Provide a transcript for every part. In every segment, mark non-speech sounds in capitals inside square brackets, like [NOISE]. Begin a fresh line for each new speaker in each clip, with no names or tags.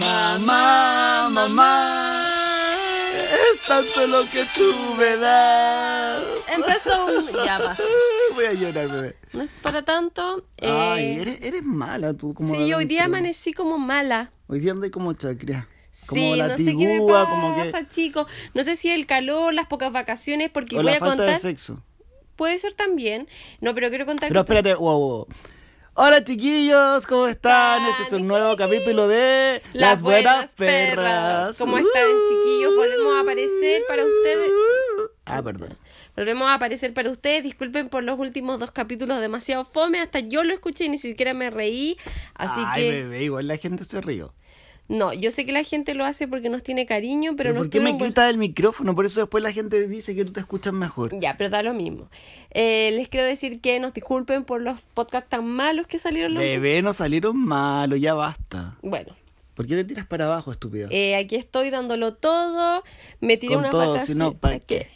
Mamá, mamá, es tanto lo que tú me das.
Empezó un. Ya va.
Voy a llorar, bebé.
No es para tanto. eh,
Ay, eres, eres mala tú. Como
sí,
de
hoy día
adentro.
amanecí como mala.
Hoy día andé como chacrea. Como
sí,
la
no sé qué me
tigúa, como que.
pasa, chicos. No sé si el calor, las pocas vacaciones, porque
O
voy
la
a
falta
contar.
de sexo.
Puede ser también. No, pero quiero contar.
Pero
que-
espérate, wow, wow. Hola chiquillos, ¿cómo están? Este es un nuevo capítulo de Las Buenas Perras.
¿Cómo están, chiquillos? Volvemos a aparecer para ustedes.
Ah, perdón.
Volvemos a aparecer para ustedes. Disculpen por los últimos dos capítulos demasiado fome. Hasta yo lo escuché y ni siquiera me reí. Así
Ay,
que.
bebé, igual la gente se rió.
No, yo sé que la gente lo hace porque nos tiene cariño, pero,
¿Pero
nos
¿Por qué
tiene
me
un buen-
gritas del micrófono? Por eso después la gente dice que tú te escuchas mejor.
Ya, pero da lo mismo. Eh, les quiero decir que nos disculpen por los podcasts tan malos que salieron. los-
Bebé, no salieron malos, ya basta.
Bueno,
¿Por qué te tiras para abajo, estúpida?
eh, aquí estoy dándolo todo. Me tiré
Con
unas
todo,
vacaciones.
si no, ¿pa' qué?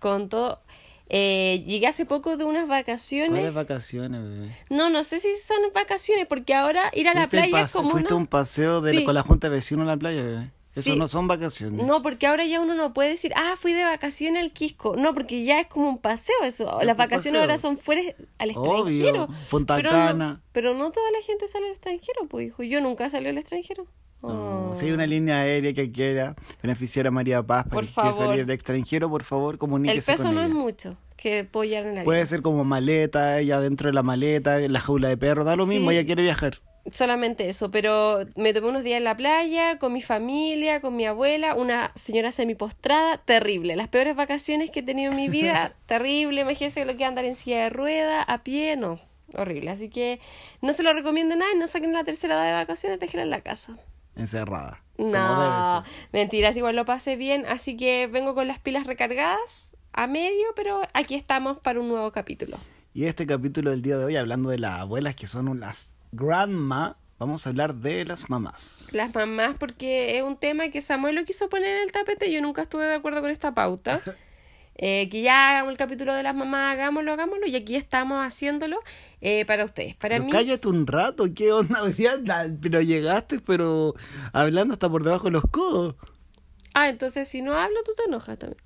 Con todo. Eh, llegué hace poco de unas vacaciones.
¿Cuáles vacaciones, bebé?
No, no sé si son vacaciones, porque ahora ir a la
Fuiste en
playa es
pase-
como.
Fuiste
una-
un paseo de-
Sí.
con la junta de vecinos a la playa, bebé. Eso
Sí.
no son vacaciones.
No, porque ahora ya uno no puede decir, ah, fui de vacaciones al Quisco. No, porque ya es como un paseo eso.
un
Las vacaciones
paseo.
ahora son fuera al
Obvio,
extranjero.
Punta
pero,
Cana.
No, pero no toda la gente sale al extranjero, pues hijo. Yo nunca salí al extranjero.
No,
Oh.
Si hay una línea aérea que quiera beneficiar a María Paz para
Por
que quiera
favor.
salir al extranjero, por favor,
El
comuníquese
peso
con
no es
ella.
mucho que apoyar en la
Puede
vida.
ser como maleta, ella dentro de la maleta, la jaula de perro, da lo mismo,
Sí.
ella quiere viajar.
Solamente eso, pero me tomé unos días en la playa con mi familia, con mi abuela, una señora semipostrada, terrible. Las peores vacaciones que he tenido en
[LAUGHS]
mi vida, terrible. Imagínense lo que es andar en silla de rueda, a pie, no, horrible. Así que no se lo recomiendo nada, no saquen la tercera edad de vacaciones, déjenla en la casa.
Encerrada. como
No,
debe ser.
mentiras, igual lo pasé bien, así que vengo con las pilas recargadas a medio, pero aquí estamos para un nuevo capítulo.
Y este capítulo del día de hoy, hablando de las abuelas que son las grandma, vamos a hablar de las mamás.
Las mamás, porque es un tema que Samuel lo quiso poner en el tapete, yo nunca estuve de acuerdo con esta
[LAUGHS]
pauta. Eh, que ya hagamos el capítulo de las mamás, hagámoslo, hagámoslo, y aquí estamos haciéndolo eh, para ustedes. Para
Pero
mí,
cállate un rato, ¿qué onda? [LAUGHS] Hoy día la- pero llegaste, pero hablando hasta por debajo de los codos.
ah, entonces si no hablo, tú te enojas también.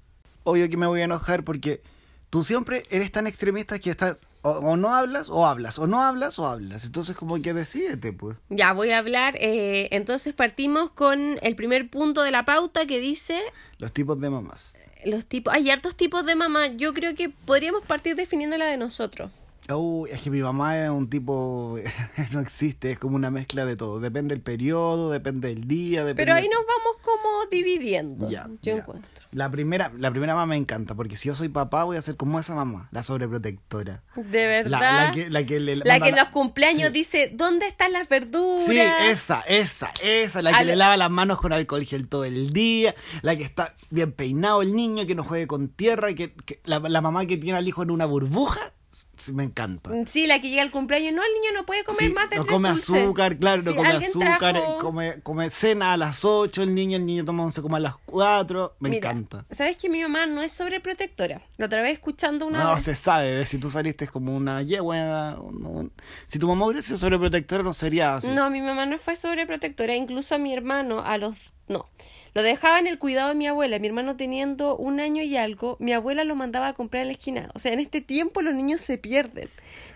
obvio que me voy a enojar porque tú siempre eres tan extremista que estás o, o no hablas o hablas, o no hablas o hablas. Entonces como que decídete, pues.
Ya voy a hablar, eh, entonces partimos con el primer punto de la pauta que dice
Los tipos de mamás.
los tipos, hay hartos tipos de mamá, yo creo que podríamos partir definiendo la de nosotros.
Oh, es que mi mamá es un tipo, [LAUGHS] no existe, es como una mezcla de todo. Depende del periodo, depende del día, depende...
Pero ahí nos vamos como dividiendo,
Ya, ya.
yo encuentro.
La primera, la primera mamá me encanta, porque si yo soy papá voy a ser como esa mamá, la sobreprotectora.
De
La,
verdad.
la que, la que le
La
manda
que en
la-
los cumpleaños
Sí.
dice, ¿dónde están las verduras?
Sí, esa, esa, esa, la que
Al-
le lava las manos con alcohol gel todo el día, la que está bien peinado el niño, que no juegue con tierra, que, que la, la mamá que tiene al hijo en una burbuja, sí, me encanta.
Sí, la que llega al cumpleaños, no, el niño no puede comer
Sí,
más de
no
tres
come
dulces".
azúcar, claro, no
Sí,
come
alguien
azúcar, eh,
trajo-
come, come cena a las 8 el niño, el niño toma once como a las 4, me
Mira,
encanta.
¿Sabes que mi mamá no es sobreprotectora? La otra vez escuchando una... [LAUGHS]
No se sabe, ¿ves? si tú saliste es como una yegua, un- un- si tu mamá hubiera sido sobreprotectora no sería así.
No, mi mamá no fue sobreprotectora, incluso a mi hermano, a los... No, lo dejaba en el cuidado de mi abuela, mi hermano teniendo un año y algo, mi abuela lo mandaba a comprar en la esquina. O sea, en este tiempo los niños se pierden.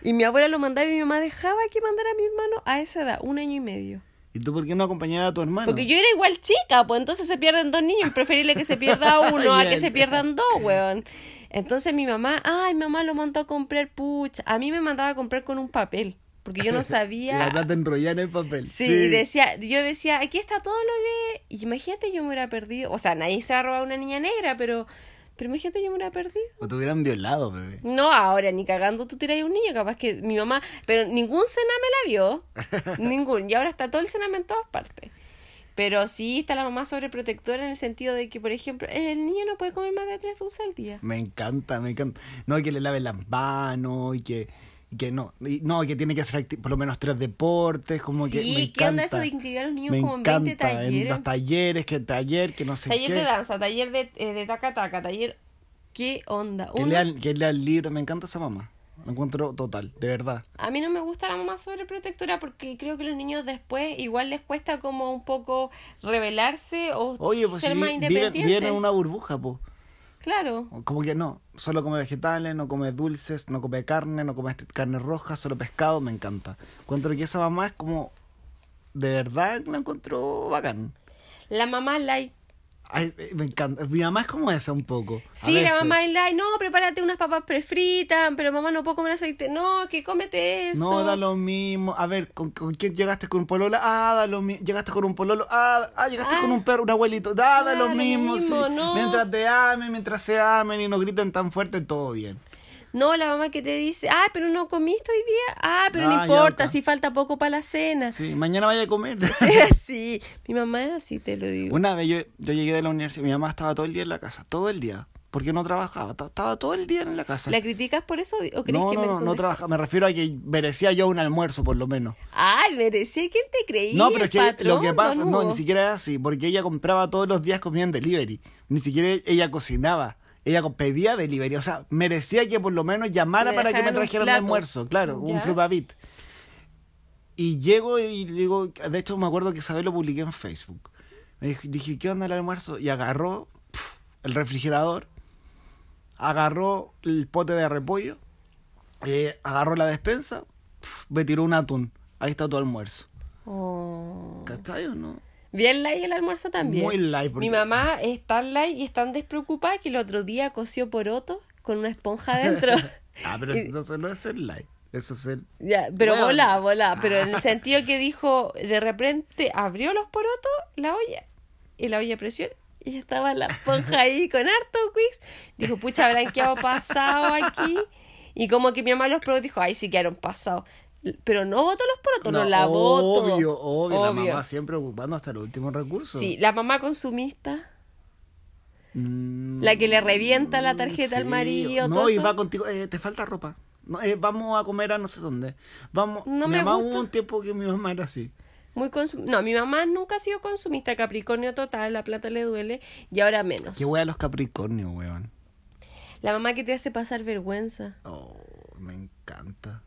Y mi abuela lo mandaba y mi mamá dejaba que mandara a mi hermano a esa edad, un año y medio.
¿Y tú por qué Ah, no acompañabas a tu hermano?
Porque yo era igual chica, pues entonces se pierden dos niños. Preferible que
[LAUGHS]
se pierda uno a que se
Bien.
pierdan dos, weón. Entonces mi mamá, ay, mamá lo mandó a comprar, pucha. A mí me mandaba a comprar con un papel, porque yo no
[LAUGHS]
sabía.
La plata enrollada en el papel.
Sí, decía, yo decía, aquí está todo lo que... y Imagínate yo me hubiera perdido. O sea, nadie se va a robar una niña negra, pero... Pero imagínate yo me hubiera perdido.
O te hubieran violado, bebé.
No, ahora ni cagando tú tiráis un niño, capaz que mi mamá... Pero ningún cename [LAUGHS] la vio. ningún. Y ahora está todo el cename en todas partes. Pero sí está la mamá sobreprotectora en el sentido de que, por ejemplo, el niño no puede comer más de tres dulces al día.
Me encanta, me encanta. No, que le laven las manos y que, y que no, y no, que tiene que hacer acti- por lo menos tres deportes, como que
Sí,
me
¿qué onda eso
encanta.
de incluir a los niños
Me
como en 20
encanta, en
talleres?
los talleres, que taller, que no sé
Taller
qué.
de danza, taller de, eh, de taca taca, taller... ¿Qué onda?
que
Uno-
lean, que lean libros, me encanta esa mamá. Lo encuentro total, de verdad.
A mí no me gusta la mamá sobreprotectora porque creo que los niños después igual les cuesta como un poco rebelarse o
Oye, pues
ser
si
más
vi- viven,
independientes.
viven en una burbuja, pues.
Claro.
Como que no, solo come vegetales, no come dulces, no come carne, no come este- carne roja, solo pescado, me encanta. Encuentro que esa mamá es como, de verdad la encuentro bacán.
La mamá light.
Ay, eh, me encanta, mi mamá es como esa un poco. a
Sí, la
veces.
mamá light. No, prepárate unas papas prefritas, pero mamá no puedo comer aceite. No, que cómete eso.
No, da lo mismo. A ver, ¿con, con quién llegaste con un pololo? Ah, da lo mismo. Llegaste con un pololo. Ah, ah, llegaste
Ah.
con un perro, un abuelito. Ah, da
Ah,
lo
lo
mismo.
mismo,
sí.
no.
Mientras te amen, mientras se amen y no griten tan fuerte, todo bien.
No, la mamá que te dice, ah, pero no comiste hoy día. Ah, pero
Ah,
no
ya,
importa,
ok.
si falta poco para
[LAUGHS]
la cena. [LAUGHS] Sí.
Sí, mañana vaya a comer.
mi mamá es así, te lo
[LAUGHS]
digo.
Una vez yo, yo llegué de la universidad, mi mamá estaba todo el día en la casa, todo el día, porque no trabajaba, ta- estaba todo el día en la casa.
¿La criticas por eso o crees
no,
que
no, no,
merece un
no
descanso?
trabajaba, me refiero a que merecía yo un almuerzo por lo menos.
Ay, merecía. ¿Quién te creía?
No, pero es que
patrón,
lo que pasa,
don
no,
Hugo?
ni siquiera era así, porque ella compraba todos los días comida en delivery, ni siquiera ella cocinaba, ella co- pedía delivery, o sea, merecía que por lo menos llamara
Le
para que me
dejaran un
trajeran el
plato.
almuerzo, claro, un
Ya.
probavit. Y llego y le digo, de hecho me acuerdo que Isabel lo publiqué en Facebook. Me dije, dije, ¿qué onda el almuerzo? Y agarró pf, el refrigerador, agarró el pote de repollo, eh, agarró la despensa, pf, me tiró un atún. Ahí está tu almuerzo.
Oh.
¿Cachai o no?
Bien light el almuerzo también.
Muy light, porque-
Mi mamá es tan light y es tan despreocupada que el otro día coció poroto con una
[LAUGHS]
esponja adentro.
Ah, pero
Y-
no solo es ser light, eso es ser...
Ya, pero
Bueno.
volá, volá. Pero
Ah.
en el sentido que dijo, de repente abrió los porotos, la olla, y la olla a presión, y estaba la esponja ahí con harto quicks. Dijo, pucha, habrán quedado pasado aquí. Y como que mi mamá los probó, dijo, ay, sí quedaron pasados. Pero no botó los porotos, los lavó todo.
obvio, obvio, la mamá siempre ocupando hasta el último recurso.
Sí, la mamá consumista.
Mm,
La que le revienta la tarjeta al
sí,
marido,
No,
todo
y
eso.
va contigo, eh, te falta ropa. No, eh, vamos a comer a no sé dónde. Vamos.
No
mi
me
mamá
gusta.
hubo un tiempo que mi mamá era así.
Muy consum- No, mi mamá nunca ha sido consumista, Capricornio total, la plata le duele y ahora menos.
Qué wea los Capricornio, weón.
La mamá que te hace pasar vergüenza.
Oh, me encanta.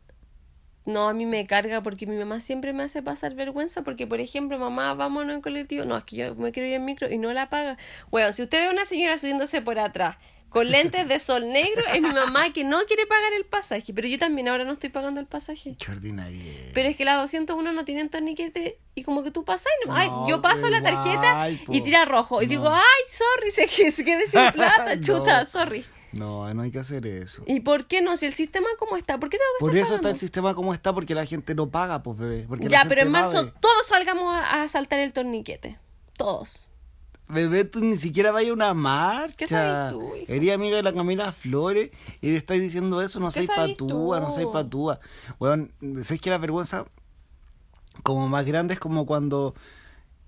No, a mí me carga porque mi mamá siempre me hace pasar vergüenza porque, por ejemplo, mamá, vámonos en colectivo. No, es que yo me quiero ir en micro y no la paga. Bueno, si usted ve a una señora subiéndose por atrás con lentes de sol negro, es mi mamá que no quiere pagar el pasaje. Pero yo también ahora no estoy pagando el pasaje.
Qué ordinaria.
Pero es que la 201 no tienen torniquete y como que tú pasas y no, ay,
No,
yo paso
pero
la tarjeta
igual, po.
y tira rojo. Y
No.
digo, ay, sorry, se, que- se quede
[LAUGHS]
sin plata,
No.
chuta, sorry.
No, no hay que hacer eso.
¿Y por qué no? Si el sistema como está, ¿por qué tengo que
Por
estar
eso está el
pagando?
sistema como está, porque la gente no paga, pues bebé. Porque la
Ya,
gente
pero en
va
marzo
de-
todos salgamos a, a saltar el torniquete. Todos.
Bebé, tú ni siquiera vaya a una marcha.
¿Qué sabes tú, hija?
Eres amiga de la Camila Flores y le estás diciendo eso, no
¿Qué
soy
sabes
patúa, no
tú?
soy patúa. Weón, ¿sabes que la vergüenza como más grande es como cuando,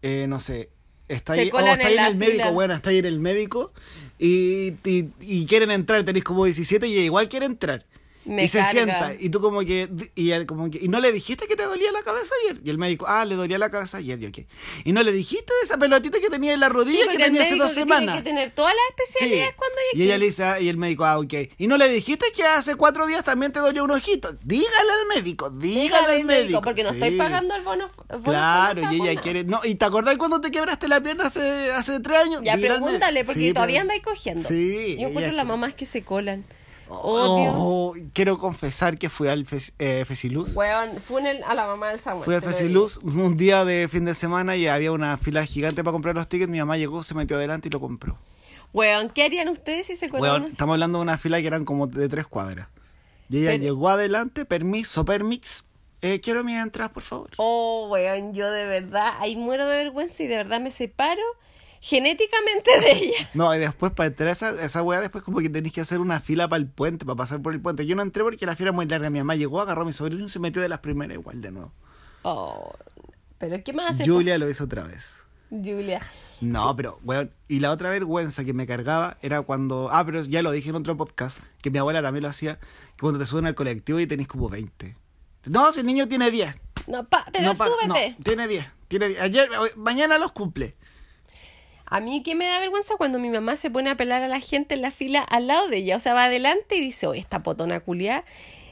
eh, no sé, está
Se
ahí, oh,
colan
está
en
ahí en
la
el médico,
fila.
bueno, está ahí en el médico y, y- y quieren entrar, tenés como 17 y ella igual quiere entrar.
Me
y se
carga.
sienta y tú como que y él como que y no le dijiste que te dolía la cabeza ayer y el médico ah le dolía la cabeza ayer y ok y no le dijiste de esa pelotita que tenía en la rodilla que
porque el
tenía hace
médico
dos
que
semanas
Tiene que tener todas las
Sí.
especialidades cuando
y ella le dice ah, y el médico ah ok y no le dijiste que hace cuatro días también te dolió un ojito dígale al médico dígale, al médico
Porque no estoy
Sí.
pagando el bono. bono
Claro,
Fonasa,
y ella
buena.
quiere. No, ¿y te acordás cuando te quebraste la pierna hace, hace tres años?
Ya,
Dígale al
pregúntale,
médico.
porque
Sí,
todavía
pero-
andáis cogiendo.
Sí.
Yo encuentro
ella
las
quiere-
mamás que se colan. Odio.
Oh, quiero confesar que fui al Fes- eh, Fesiluz.
Weón, funen a la mamá del Samuel.
Fui al
te lo
Faciluz un día de fin de semana y había una fila gigante para comprar los tickets. Mi mamá llegó, se metió adelante y lo compró.
digo. Weón, ¿qué harían ustedes si se
Weón,
colan? unos-
estamos hablando de una fila que eran como de tres cuadras. Y ella
Pero-
llegó adelante, permiso, permix. Eh, quiero mis entradas, por favor.
Oh, weón, yo de verdad, ahí muero de vergüenza y de verdad me separo genéticamente de ella.
No, y después para entrar a esa, esa weá, después como que tenéis que hacer una fila para el puente, para pasar por el puente. Yo no entré porque la fila era muy larga. Mi mamá llegó, agarró a mi sobrino y se metió de las primeras igual de nuevo.
Oh, pero ¿qué más hace?
Julia lo hizo otra vez.
Julia.
No, pero, weón, y la otra vergüenza que me cargaba era cuando, ah, pero ya lo dije en otro podcast, que mi abuela también lo hacía, que cuando te suben al colectivo y tenés como 20. No, si el niño tiene 10.
No, pa- pero
no, pa-
súbete.
no, tiene 10, tiene 10. Ayer, hoy- mañana los cumple.
A mí que me da vergüenza cuando mi mamá se pone a pelar a la gente en la fila al lado de ella. O sea, va adelante y dice, oye, esta potona culiá.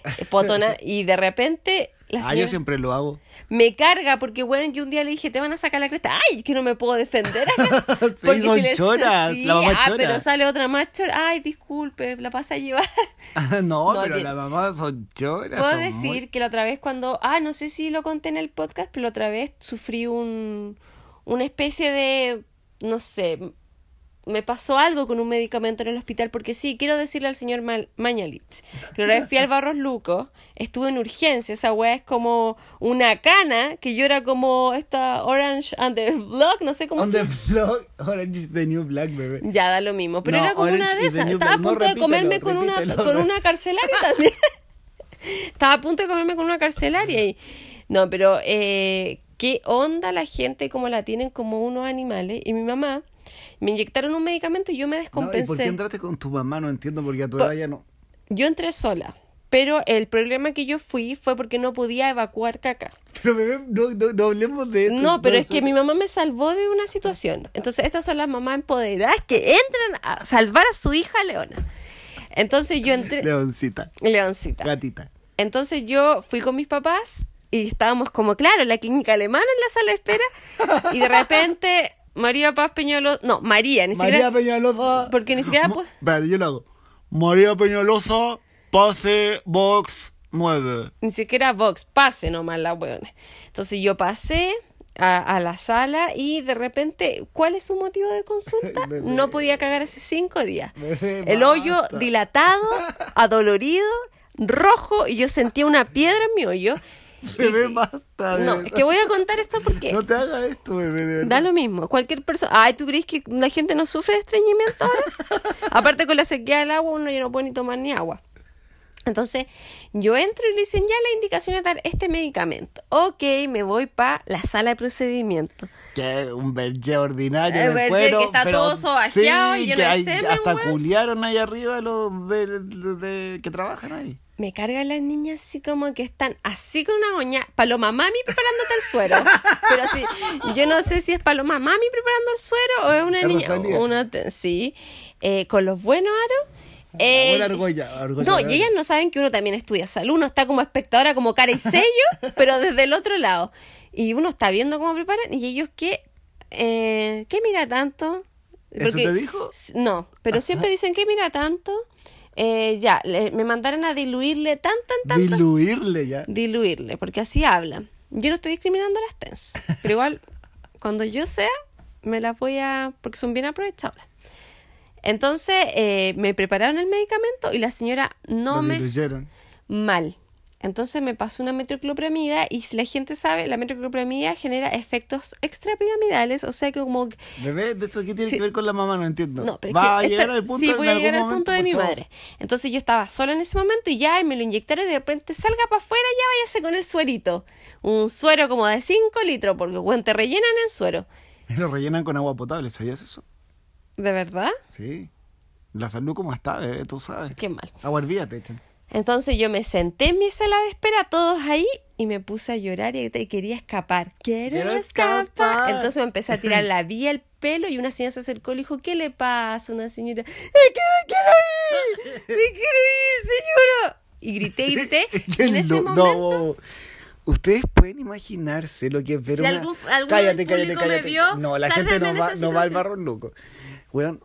[LAUGHS]
potona, y de repente la
Ah,
señora
yo siempre lo hago. [LAUGHS]
me carga porque, bueno, yo un día le dije, te van a sacar la cresta. ¡Ay, que no me puedo defender acá!
[LAUGHS] sí, son
le-
choras.
Sí,
la mamá
ah,
chora.
pero sale otra más chora. ¡Ay, disculpe, la pasa a llevar!
Ah, no,
No,
pero
bien.
la mamá son choras.
Puedo
son muy-
decir que la otra vez cuando, ah, no sé si lo conté en el podcast, pero la otra vez sufrí un, una especie de, no sé, me pasó algo con un medicamento en el hospital, porque sí, quiero decirle al señor Mal Mañalich, que la otra vez fui al Barros Luco, estuve en urgencia, esa weá es como una cana, que yo era como esta Orange and the Block, no sé cómo
On
se
the blog, Orange is the new black, bebé.
ya da lo mismo, pero
No,
era como
Orange
una de
is the
esas.
New
Estaba a
Black. No,
punto de
repítelo,
comerme con una,
repítelo.
con una
[LAUGHS]
carcelaria también. Estaba a punto de comerme con una carcelaria y. No, pero eh, qué onda la gente como la tienen como unos animales. Y mi mamá me inyectaron un medicamento y yo me
No, ¿Y por qué
descompensé.
entraste con tu mamá? No entiendo, porque a tu
Por-
edad ya no.
yo entré sola, pero el problema que yo fui fue porque no podía evacuar caca.
Pero bebé, no, no, no hablemos de esto.
No, pero es
entonces.
que mi mamá me salvó de una situación. Entonces, estas son las mamás empoderadas que entran a salvar a su hija Leona. Entonces yo entré.
Leoncita,
Leoncita.
gatita.
Entonces yo fui con mis papás y estábamos como, claro, en la clínica alemana en la sala de espera. Y de repente, María Paz Peñalosa. No, María, ni
María
siquiera.
Peñalosa.
Porque ni siquiera,
Mo-
pues-
Espérate, yo lo hago. María Peñalosa, pase box 9.
Ni siquiera Vox, pase nomás la weona. Entonces yo pasé a, a la sala y de repente, ¿cuál es su motivo de
[LAUGHS]
consulta?
Ay, bebé.
No podía cagar hace cinco
[LAUGHS]
días.
Bebé,
El hoyo
basta. [LAUGHS]
dilatado, adolorido, rojo, y yo sentía una piedra en mi hoyo.
Bebé,
Y-
basta.
No,
bebé.
es que voy a contar esto porque
Ah, [LAUGHS] No te hagas esto, bebé, de verdad.
da lo mismo. Cualquier persona. Ay, ¿tú crees que la gente no sufre de estreñimiento ahora? Aparte, con la sequía del agua, uno ya no puede ni tomar ni agua. Entonces, yo entro y le dicen ya la indicación es dar este medicamento. Ok, me voy para la sala de procedimiento.
Que un berje ordinario
El
de
berje
cuero,
que está
pero
todo sobajeado y lleno
que
de
hay-
semen,
hasta
weón.
culiaron ahí arriba los de, de- de- que trabajan ahí.
Me cargan las niñas así como que están así con una uña. Paloma mami preparándote el suero. Pero así, yo no sé si es Paloma mami preparando el suero o es una
Es
niña.
Rosalía.
Una, te- sí, eh, con los buenos aros. eh,
Una argolla, argolla,
no,
argolla.
y ellas no saben que uno también estudia salud. Uno está como espectadora, como cara
[LAUGHS]
y sello, pero desde el otro lado. Y uno está viendo cómo preparan y ellos qué. Eh, ¿Qué mira tanto?
¿Eso te dijo?
S- No, pero siempre dicen que mira tanto. eh, ya, le- me mandaron a diluirle tan, tan, tan.
Diluirle ya.
Diluirle, porque así hablan. Yo no estoy discriminando a las TENS, pero igual, cuando yo sea, me las voy a. porque son bien aprovechables. Entonces, eh, me prepararon el medicamento y la señora no
Lo
me
diluyeron.
mal. Entonces me pasó una metroclopramida y si la gente sabe, la metroclopramida genera efectos extrapiramidales, o sea que como que-
Bebé, ¿de esto qué tiene
Sí.
que ver con la mamá? No entiendo.
no, pero es
Va a
que
llegar
esto-
al punto
sí,
en
voy a
algún
llegar al
momento,
punto de
por
mi
favor.
madre. Entonces yo estaba sola en ese momento y ya y me lo inyectaron y de repente salga para afuera y ya váyase con el suerito. Un suero como de 5 litros, porque bueno, te rellenan en suero.
Me lo rellenan con agua potable, ¿sabías eso?
¿De verdad?
Sí. La salud como está, bebé, tú sabes.
Qué mal.
Agua hervida te echan.
Entonces yo me senté en mi sala de espera, todos ahí, y me puse a llorar y a gritar, y quería escapar. Quiero,
Quiero
escapar.
escapar.
Entonces me empecé a
[LAUGHS]
tirar la vía, el pelo, y una señora se acercó y le dijo, ¿qué le pasa? Una señora, ¡es que me quiero ir! [LAUGHS] ¡Me quiero ir, señora! Y
[LAUGHS]
grité, grité. y en ese
No,
momento...
no. Ustedes pueden imaginarse lo que es ver
Si
una-
algún- alguno
cállate,
del
cállate,
público me
cállate.
vio,
no, la
sálvenme
gente no
de
va,
esa
no va al
situación.
barro loco. Weón,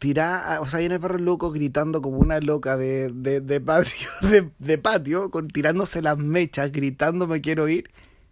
tirá, a- o sea, ahí en el barro loco gritando como una loca de, de, de patio, [LAUGHS] de, de patio, con, tirándose las mechas, gritando me quiero ir.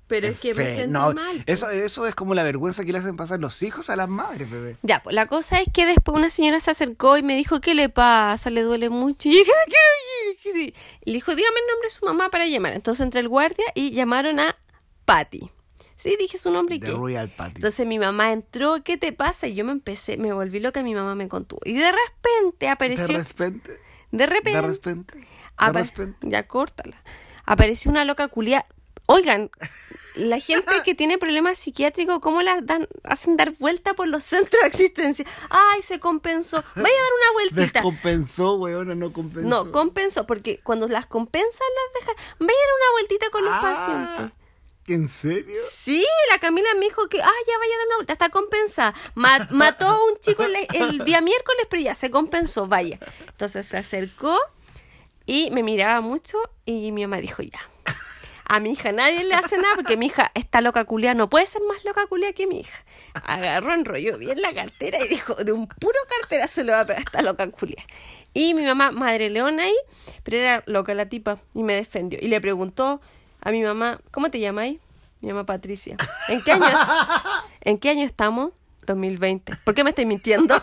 Pero es que me
Fe-
sentí
no,
mal.
Eso, eso es como la vergüenza que le hacen pasar los hijos a las madres, bebé.
Ya, pues la cosa es que después una señora se acercó y me dijo, ¿qué le pasa? Le duele mucho. Y dije, "Me quiero ir". Y sí. Y le dijo, dígame el nombre de su mamá para llamar. Entonces entré al guardia y llamaron a Patty. Sí, dije su nombre y
De
qué.
Royal Patio.
Entonces mi mamá entró, ¿qué te pasa? Y yo me empecé, me volví loca y mi mamá me contuvo. Y de repente
De
apareció,
repente.
de
De
repente,
repente. De
apa-
repente.
Ah, ya córtala, apareció una loca culia. Oigan, la gente que tiene problemas psiquiátricos, ¿cómo la dan, hacen dar vuelta por los centros de existencia? Ay, se compensó. Vaya a dar una vueltita.
[LAUGHS] Descompensó, weona, no compensó.
No, compensó, porque cuando las compensan las dejan. Vaya a dar una vueltita con los
Ah,
pacientes.
¿En serio?
Sí, la Camila me dijo que, ah, ya vaya a dar una vuelta, está compensada. Ma- mató a un chico el, el día miércoles, pero ya se compensó, vaya. Entonces se acercó, Y me miraba mucho y mi mamá dijo, ya. A mi hija nadie le hace nada porque mi hija está loca culia, no puede ser más loca culia que mi hija. Agarró, enrolló bien la cartera y dijo, de un puro cartera se le va a pegar esta loca culia. Y mi mamá, madre leona ahí, pero era loca la tipa y me defendió. Y le preguntó a mi mamá, ¿cómo te llamáis? Mi mamá Patricia. ¿En qué año, ¿en qué año estamos? 2020. ¿Por qué me estáis mintiendo?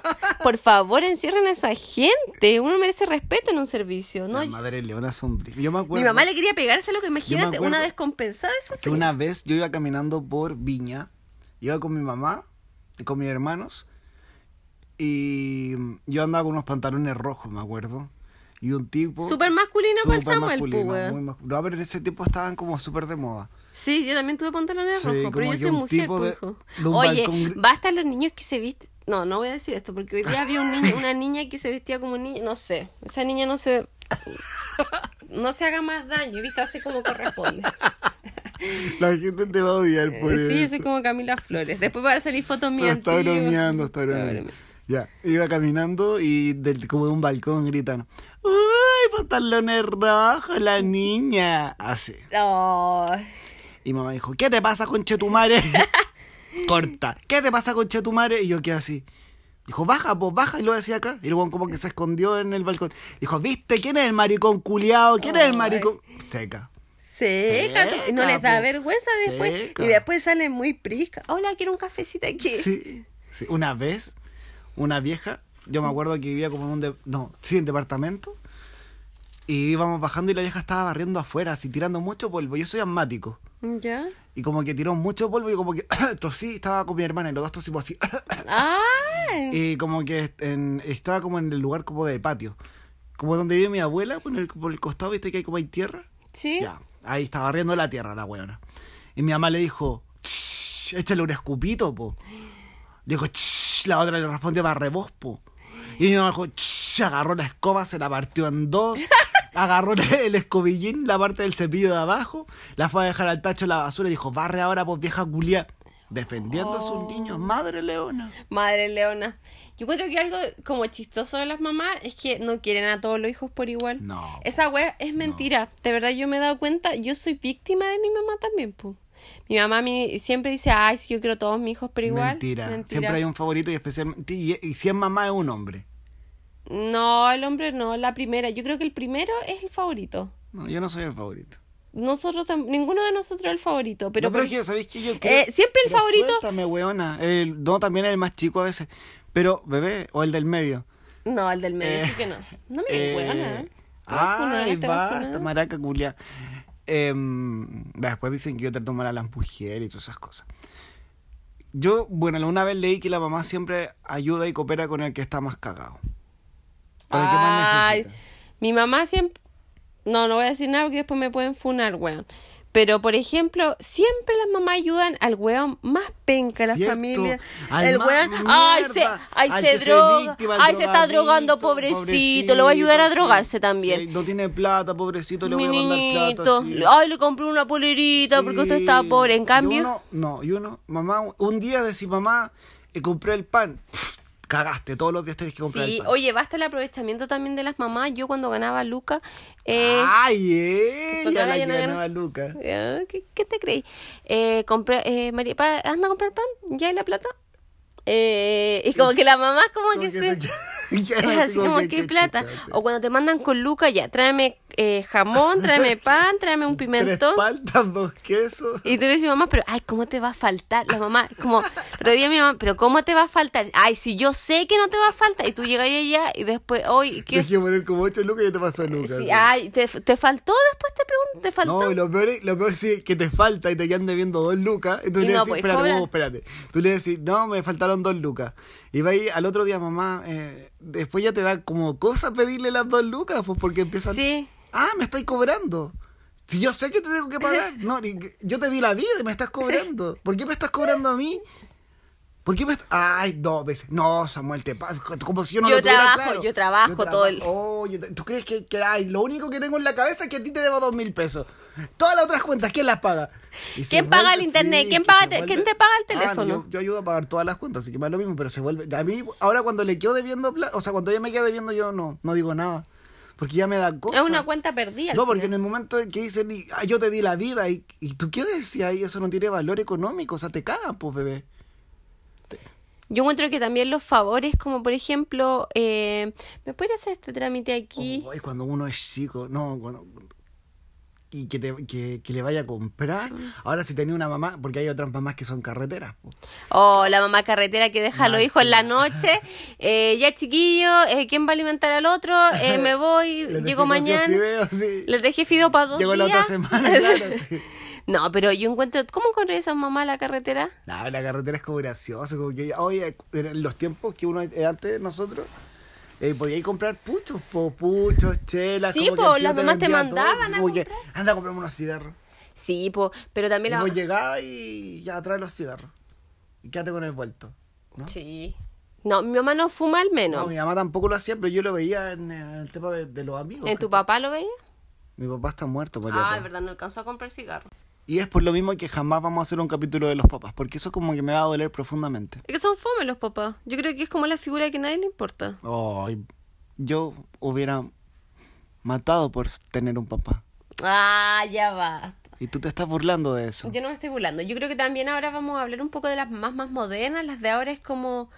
Por favor, encierren a esa gente. Uno merece respeto en un servicio, ¿no?
Las madres leonas son brígidas. Yo me acuerdo
Mi mamá le quería pegarse lo que imagínate,
acuerdo
una descompensada esa
que
señora.
una vez yo iba caminando por Viña, iba con mi mamá y con mis hermanos, y yo andaba con unos pantalones rojos, me acuerdo. Y un tipo.
Súper masculino para el
súper
Samuel,
masculino,
pues, weón.
muy mascu- No, pero en ese tiempo estaban como súper de moda.
Sí, yo también tuve pantalones
Sí,
rojos, pero
como
yo
que
soy
un
mujer,
tipo de-
pujo.
de un
Oye,
balcón gr-
basta los niños que se visten. No, no voy a decir esto, porque hoy día había un niño, una niña que se vestía como niña. No sé, esa niña no se. No se haga más daño, viste, hace como corresponde.
La gente te va a odiar [LAUGHS] por
Eh, sí, yo
eso.
soy como Camila Flores. Después van a salir
Pero
fotos mías.
está
antiguas.
bromeando, está bromeando. Ya, iba caminando y del- como de un balcón gritan: ¡Uy, pantalones rojos, la niña! Así.
Oh,
Y mamá dijo, ¿qué te pasa con [LAUGHS] Chetumare? Corta, ¿qué te pasa con Chetumare? Y yo quedé así. Dijo, baja, pues baja. Y lo decía acá. Y el weón como que se escondió en el balcón. Dijo, ¿viste quién es el maricón culiao? ¿Quién es el
Ay.
maricón? Seca.
seca,
Seca,
tú- no les da
po.
vergüenza después.
Seca.
Y después salen muy prisca. Hola, quiero un cafecito aquí.
Sí, sí. Una vez, una vieja, yo me acuerdo que vivía como en un... de- no, sí, en departamento. Y íbamos bajando y la vieja estaba barriendo afuera, así tirando mucho polvo. Yo soy asmático.
¿Ya?
Y como que tiró mucho polvo y como que [COUGHS] tosí, estaba con mi hermana y los dos tosimos así. [COUGHS]
¡Ay!
Y como que en- estaba como en el lugar como de patio. Como donde vive mi abuela, por el, por el costado, viste que hay como hay tierra.
Sí.
Ya, ahí estaba barriendo la tierra la weona. Y mi mamá le dijo, "Shh, échale un escupito, po. Le dijo, "Shh", la otra le respondió, barre vos, po. Y mi mamá dijo, "Shh", agarró la escoba, se la partió en
[LAUGHS]
dos. Agarró el escobillín, la parte del cepillo de abajo, la fue a dejar al tacho de la basura y dijo, barre ahora, pues vieja culia. Defendiendo a
Oh.
sus niños, madre leona.
Madre Leona. Yo encuentro que algo como chistoso de las mamás es que no quieren a todos los hijos por igual.
No.
Esa web es mentira. De verdad, yo me he dado cuenta, yo soy víctima de mi mamá también, po. Mi mamá a mí siempre dice, ay, si yo quiero a todos mis hijos por igual.
Mentira. Siempre hay un favorito y especialmente. Y, y si es mamá, es un hombre.
No, el hombre no, la primera. Yo creo que el primero es el favorito.
No, yo no soy el favorito.
Nosotros tam- ninguno de nosotros es el favorito, pero,
No, pero
por-
es que, ¿sabéis que yo creo-
Eh, siempre el
Pero
favorito-
suéltame, weona. El- no, también el más chico a veces. Pero, bebé, o el del medio.
no, el del medio
Eh,
sí que no. No me digas, huevona.
Eh,
Te vas a funar,
Ay,
te vas a
basta,
funar.
maraca culia. Em, después dicen que yo trato mal a las mujeres y todas esas cosas. Yo, bueno, una vez leí que la mamá siempre ayuda y coopera con el que está más cagado. Con el que más
Ay,
necesita.
mi mamá siempre. No, no voy a decir nada porque después me pueden funar, weón. Pero, por ejemplo, siempre las mamás ayudan al weón más penca de la
Cierto,
familia.
al
el
más
weón, ay, se,
mierda,
ay,
al
se
que
droga,
víctima, al
ay, se está
drogadicto,
drogando, pobrecito, lo voy a ayudar a
sí,
drogarse también.
sí, no tiene plata, pobrecito, le voy a mandar plata.
Niñito,
sí.
ay, le compré una polerita porque usted
Sí.
estaba pobre. En
Y
cambio,
uno- no, y uno, mamá, un día decís, mamá, eh, compré el pan. Pff, cagaste, todos los días tenés que comprar
sí,
el pan.
oye, basta el aprovechamiento también de las mamás. Yo cuando ganaba Luca, eh,
Ay, eh,
Pues
ya
ahora
la
ya
que
no gana-
ganaba Lucas.
Ya, Ah, ¿Qué, qué te creí? Eh, compré, eh, María, pa- anda a comprar pan, ya hay la plata. Eh, y como que la mamá es como, que, se... [LAUGHS]
[LAUGHS] ya
Es
así
así como que hay
qué
plata.
chucha, sí.
O cuando te mandan con Luca, ya, tráeme eh,
[LAUGHS]
jamón, tráeme pan, tráeme un
Tres
pimentón.
paltas, dos quesos.
Y tú le dices, mamá, pero, ay, ¿cómo te va a faltar? La mamá, como, otro día mi mamá, pero ¿cómo te va a faltar? Ay, si yo sé que no te va a faltar. Y tú llegas allá y después, hoy, ¿qué?
Tienes que poner como ocho lucas y ya te pasó Lucas.
Sí, ah,
sí.
ay, ¿te, te faltó después? Te pregunto, ¿te faltó?
No, y lo peor, es- lo peor sí es que te falta y te quedan debiendo dos lucas. Y tú
Y
le decís,
no pues, podés
espérate,
cobrar.
wow, espérate. Tú le decís, no, me faltaron dos lucas. Y va ahí al otro día, mamá, eh, después ya te da como cosa pedirle las dos lucas, pues porque empiezan.
Sí.
Ah, me estáis cobrando. Si yo sé que te tengo que pagar.
[LAUGHS]
No, ni que- yo te di la vida y me estás cobrando. ¿Por qué me estás cobrando a mí? ¿Por qué me estás.? Ay, dos veces. No, Samuel, te pasa. Como si yo no
Yo
lo tuviera
trabajo,
claro.
yo trabajo todo el-
Oh, yo te- ¿tú crees que, que ay, lo único que tengo en la cabeza es que a ti te debo dos mil pesos? Todas las otras cuentas, ¿quién las paga? Y se
¿Quién paga el internet? ¿Quién
que
paga
se
te- quién te paga el
Ah,
teléfono?
yo, yo ayudo a pagar todas las cuentas, así que me da lo mismo, pero se vuelve. A mí, ahora cuando le quedo debiendo plata, o sea, cuando ella me queda debiendo, yo no, no digo nada. Porque ya me da cosa.
Es una cuenta perdida. al
No, porque en
final.
el momento en que dicen, y- ah, yo te di la vida, y, y tú qué decías, y eso no tiene valor económico, o sea, te cagan, pues, bebé.
Yo encuentro que también los favores, como por ejemplo, eh, ¿me puedes hacer este trámite aquí?
Oh, Ay, cuando uno es chico, no, cuando- y que, te- que, que le vaya a comprar. Ahora, si tenía una mamá, porque hay otras mamás que son carreteras, pues.
O Oh, la mamá carretera que deja a los hijos en la noche. Eh, ya chiquillo, eh, ¿quién va a alimentar al otro? Eh,
[LAUGHS]
me voy,
Les dejé
llego
cocidos
mañana.
fideos, sí.
Les dejé fideo para dos
Llegó la
días.
otra semana,
[LAUGHS]
claro. sí.
No, pero yo encuentro, ¿cómo encontré esa mamá en la carretera?
No, la carretera es como gracioso, como que oye, en los tiempos que uno eh, antes de nosotros eh, podía ir a comprar puchos, po, puchos, chelas,
Sí,
como que
po,
el tío
las mamás te
vendía todo,
mandaban
así
a
como que anda a comprarme unos cigarros.
Sí, po, pero
Y
también la
vos llegabas y ya traes los cigarros. Y quédate con el vuelto. ¿no?
Sí. No, mi mamá no fuma al
No,
menos.
mi mamá tampoco lo hacía, pero yo lo veía en, en el tema de, de los amigos.
¿En tu
¿cachai?
papá lo veía?
Mi papá está muerto, María.
Ah,
po.
es verdad, no alcanzó a comprar cigarro.
Y es por lo mismo que jamás vamos a hacer un capítulo de los papás, porque eso como que me va a doler profundamente.
Es que son fome los papás. Yo creo que es como la figura que a nadie le importa.
Ay, yo hubiera matado por tener un papá.
Ah, ya va.
Y tú te estás burlando de eso.
Yo no me estoy burlando. Yo creo que también ahora vamos a hablar un poco de las mamás más modernas. Las de ahora es como.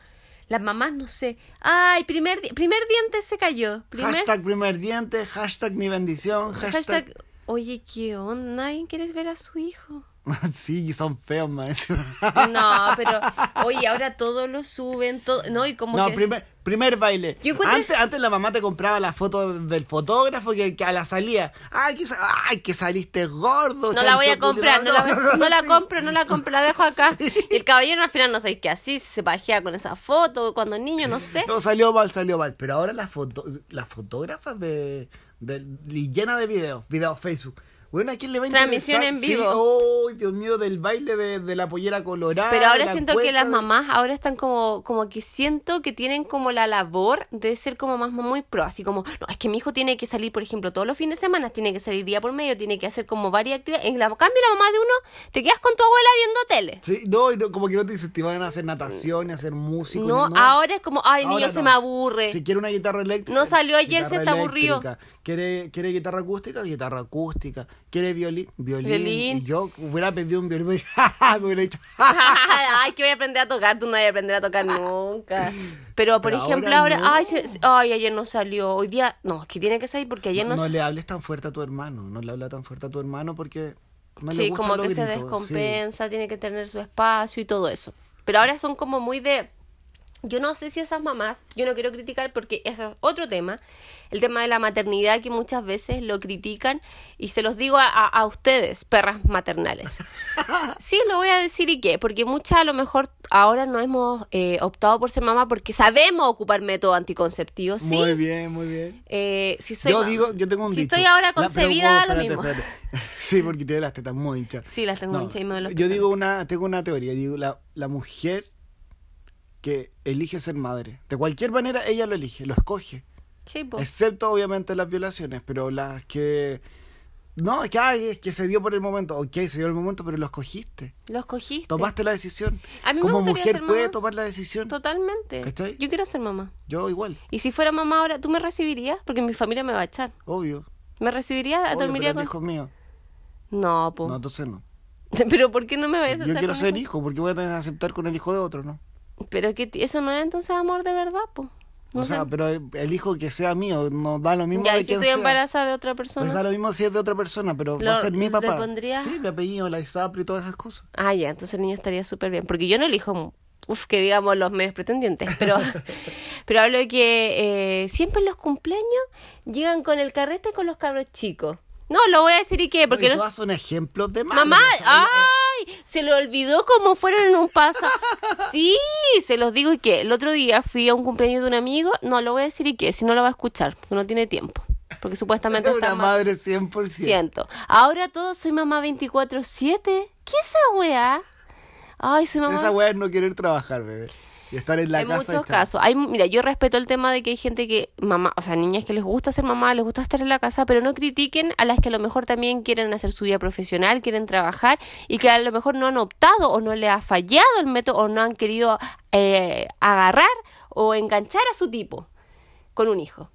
Las mamás, no sé. Ay, primer, di- primer diente se cayó. Primer,
Hashtag primer diente, hashtag mi bendición, hashtag...
hashtag, Oye, ¿qué onda? Nadie quiere ver a su hijo.
[LAUGHS] sí, son feos, más.
No, pero. Oye, ahora todo lo suben. Todo, no, y como.
No,
que-
primer, primer baile.
Yo encuentro-
Antes, antes la mamá te compraba la foto del fotógrafo que, que a la salida. Ay que, sa- ay, que saliste gordo.
No la voy a
chancho
comprar, no
culiao".
la, voy- no la
sí.
compro, no la compro, la dejo [LAUGHS] acá. Y el caballero al final no sé qué así, se pajea con esa foto cuando niño, no sé.
No, salió mal, salió mal. Pero ahora las foto, las fotógrafas de, de, y llena de videos, videos Facebook. Bueno, ¿a quién le va a interesar?
Transmisión en
Sí,
vivo.
oh, Dios mío, del baile de, de la pollera colorada.
Pero ahora
de Ah, la
siento que
cueca,
las
de-
mamás ahora están como, como que siento que tienen como la labor de ser como más muy pro, así como, no, es que mi hijo tiene que salir, por ejemplo, todos los fines de semana, tiene que salir día por medio, tiene que hacer como varias actividades. En la, cambio, la mamá de uno, te quedas con tu abuela viendo tele. [LAUGHS]
Sí, no, y no, como que no te incentivaban a hacer natación, y a hacer música.
no, ahora es como, ay, el niño
Ahora
se
no.
me aburre.
Si quiere una guitarra eléctrica.
No salió ayer, se
guitarra
está aburrido.
eléctrica. ¿Quiere, ¿Quiere guitarra acústica? Guitarra acústica. ¿Quiere violín? Violín.
Violín.
Y yo hubiera pedido un violín. [LAUGHS] me hubiera dicho. "Ja, ja".
ay, que voy a aprender a tocar, tú no vas a aprender a tocar nunca. Pero, por
Pero
ejemplo,
ahora
ahora,
no.
ay, se- se- ay, ayer no salió, hoy día, no, es que tiene [LAUGHS] que salir porque ayer no,
no,
salió.
le hables tan fuerte a tu hermano. No le habla tan fuerte a tu hermano porque. No le
sí,
gustan
como
los
que se
gritos, sí.
descompensa, tiene que tener su espacio y todo eso. Pero ahora son como muy de... Yo no sé si esas mamás, yo no quiero criticar porque eso es otro tema, el tema de la maternidad que muchas veces lo critican y se los digo a, a- a ustedes, perras
[LAUGHS]
maternales. Sí, lo voy a decir y qué, porque muchas a lo mejor ahora no hemos eh, optado por ser mamá porque sabemos ocupar método anticonceptivo, sí.
Muy bien, muy bien.
Eh, si soy
yo
mamá.
digo, yo tengo un
Si
dicho.
estoy ahora
La- pero,
concebida,
wow,
lo
espérate,
mismo. [LAUGHS]
espérate. Sí, porque tiene las tetas muy hinchas.
Sí, las tengo hinchas y me duelen los
Yo
pezones.
digo una, tengo una teoría. Digo, la, la mujer que elige ser madre, de cualquier manera, ella lo elige, lo escoge.
Sí, po.
Excepto, obviamente, las violaciones, pero las que. No, es que, ay, es que se dio por el momento. Ok, se dio el momento, pero lo escogiste.
Los cogiste.
Tomaste la decisión.
A mí me
Como
gustaría
mujer
ser
puede
mamá.
tomar la decisión.
Totalmente.
¿Cachai?
Yo quiero ser mamá.
Yo igual,
Y si fuera mamá ahora, ¿tú me recibirías? Porque mi familia me va a echar.
obvio.
¿Me recibirías?
obvio
¿Dormiría
pero
Ah, con...?
el hijo es mío.
No, po.
No, entonces no.
[LAUGHS] Pero ¿por qué no me vayas a
Yo
echar
quiero
con
ser
eso?
hijo, porque voy a tener que aceptar con el hijo de otro, ¿no?
Pero que t- eso no es entonces amor de verdad, po. No
o
sé.
sea, pero el, el hijo que sea mío, no da lo mismo
Ya,
de
y si
quién
estoy
sea.
embarazada de otra
Pues da
persona...
lo mismo si es de otra persona, pero va a
Lo-
ser mi
le
papá.
pondría-
Sí, mi apellido, la ISAPRE y todas esas cosas.
Ah, ya, entonces el niño estaría súper bien. Porque yo no elijo, uf, que digamos los medios pretendientes,
[LAUGHS]
pero, pero hablo de que eh, siempre en los cumpleaños llegan con el carrete con los cabros chicos. No, lo voy a decir y qué, porque
Y
no...
todas son ejemplos de malos,
Mamá, ah,
o sea,
ay, se le olvidó cómo fueron en un paso.
[LAUGHS]
Sí, se los digo y que el otro día fui a un cumpleaños de un amigo, no lo voy a decir y que, si no lo va a escuchar, porque no tiene tiempo, porque supuestamente
es
está
una
mal.
madre 100%.
Siento. Ahora todo soy mamá 24/7. ¿Qué es esa weá? Ay, soy mamá.
Esa weá es no querer trabajar, bebé. Y estar en la
Hay
casa.
muchos
echada.
casos. Hay, mira, yo respeto el tema de que hay gente que, mamá, o sea, niñas que les gusta ser mamá, les gusta estar en la casa, pero no critiquen a las que a lo mejor también quieren hacer su vida profesional, quieren trabajar y que a lo mejor no han optado o no le ha fallado el método o no han querido eh, agarrar o enganchar a su tipo con un hijo.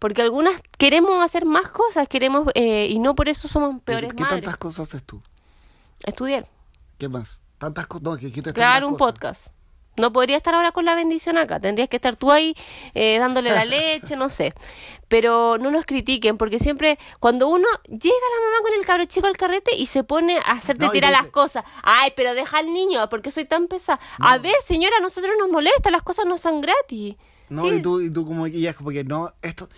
Porque algunas queremos hacer más cosas, queremos eh, y no por eso somos peores
¿Qué, qué
madres.
tantas cosas haces tú?
Estudiar,
¿Qué más? Tantas cosas. No, que quites
grabar
tantas
un
cosas.
podcast. No podría estar ahora con la bendición acá, tendrías que estar tú ahí eh, dándole
[LAUGHS]
la leche, no sé. Pero no nos critiquen, porque siempre cuando uno llega la mamá con el cabro chico al carrete y se pone a hacerte
No, y
tirar
te
las
dice-
cosas. Ay, pero deja al niño, porque soy tan pesada. A ver, señora, a nosotros nos molesta, las cosas no son gratis.
No,
Sí,
y tú, y tú como que ya es como que no, esto,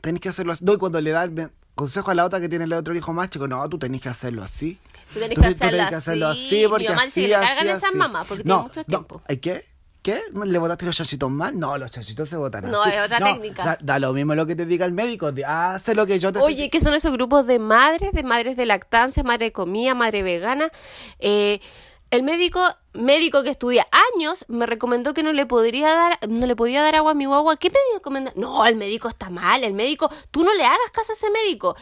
tenés que hacerlo así. No, y cuando le da el men- consejo a la otra que tiene el otro hijo más chico, no, tú tenés que hacerlo así.
Tú tenés que
tú tenés que hacerlo
hacerlo así.
así,
Mi
porque
mamá
así,
dice que le
así,
cargan esas
así.
mamás, porque
no,
tiene mucho tiempo.
No, ¿eh, ¿Qué? ¿Qué? ¿No ¿Le botaste los chanchitos mal? No, los chanchitos se botan
No,
así.
es otra técnica.
Da, da lo mismo lo que te diga el médico. di- Hace lo que yo te
Oye, ¿qué son esos grupos de madres, de madres de lactancia, madre de comida, madre vegana? Eh, el médico, médico que estudia años, me recomendó que no le podría dar, no le podía dar agua a mi guagua. ¿Qué me recomienda? No, el médico está mal, el médico, tú no le hagas caso a ese médico.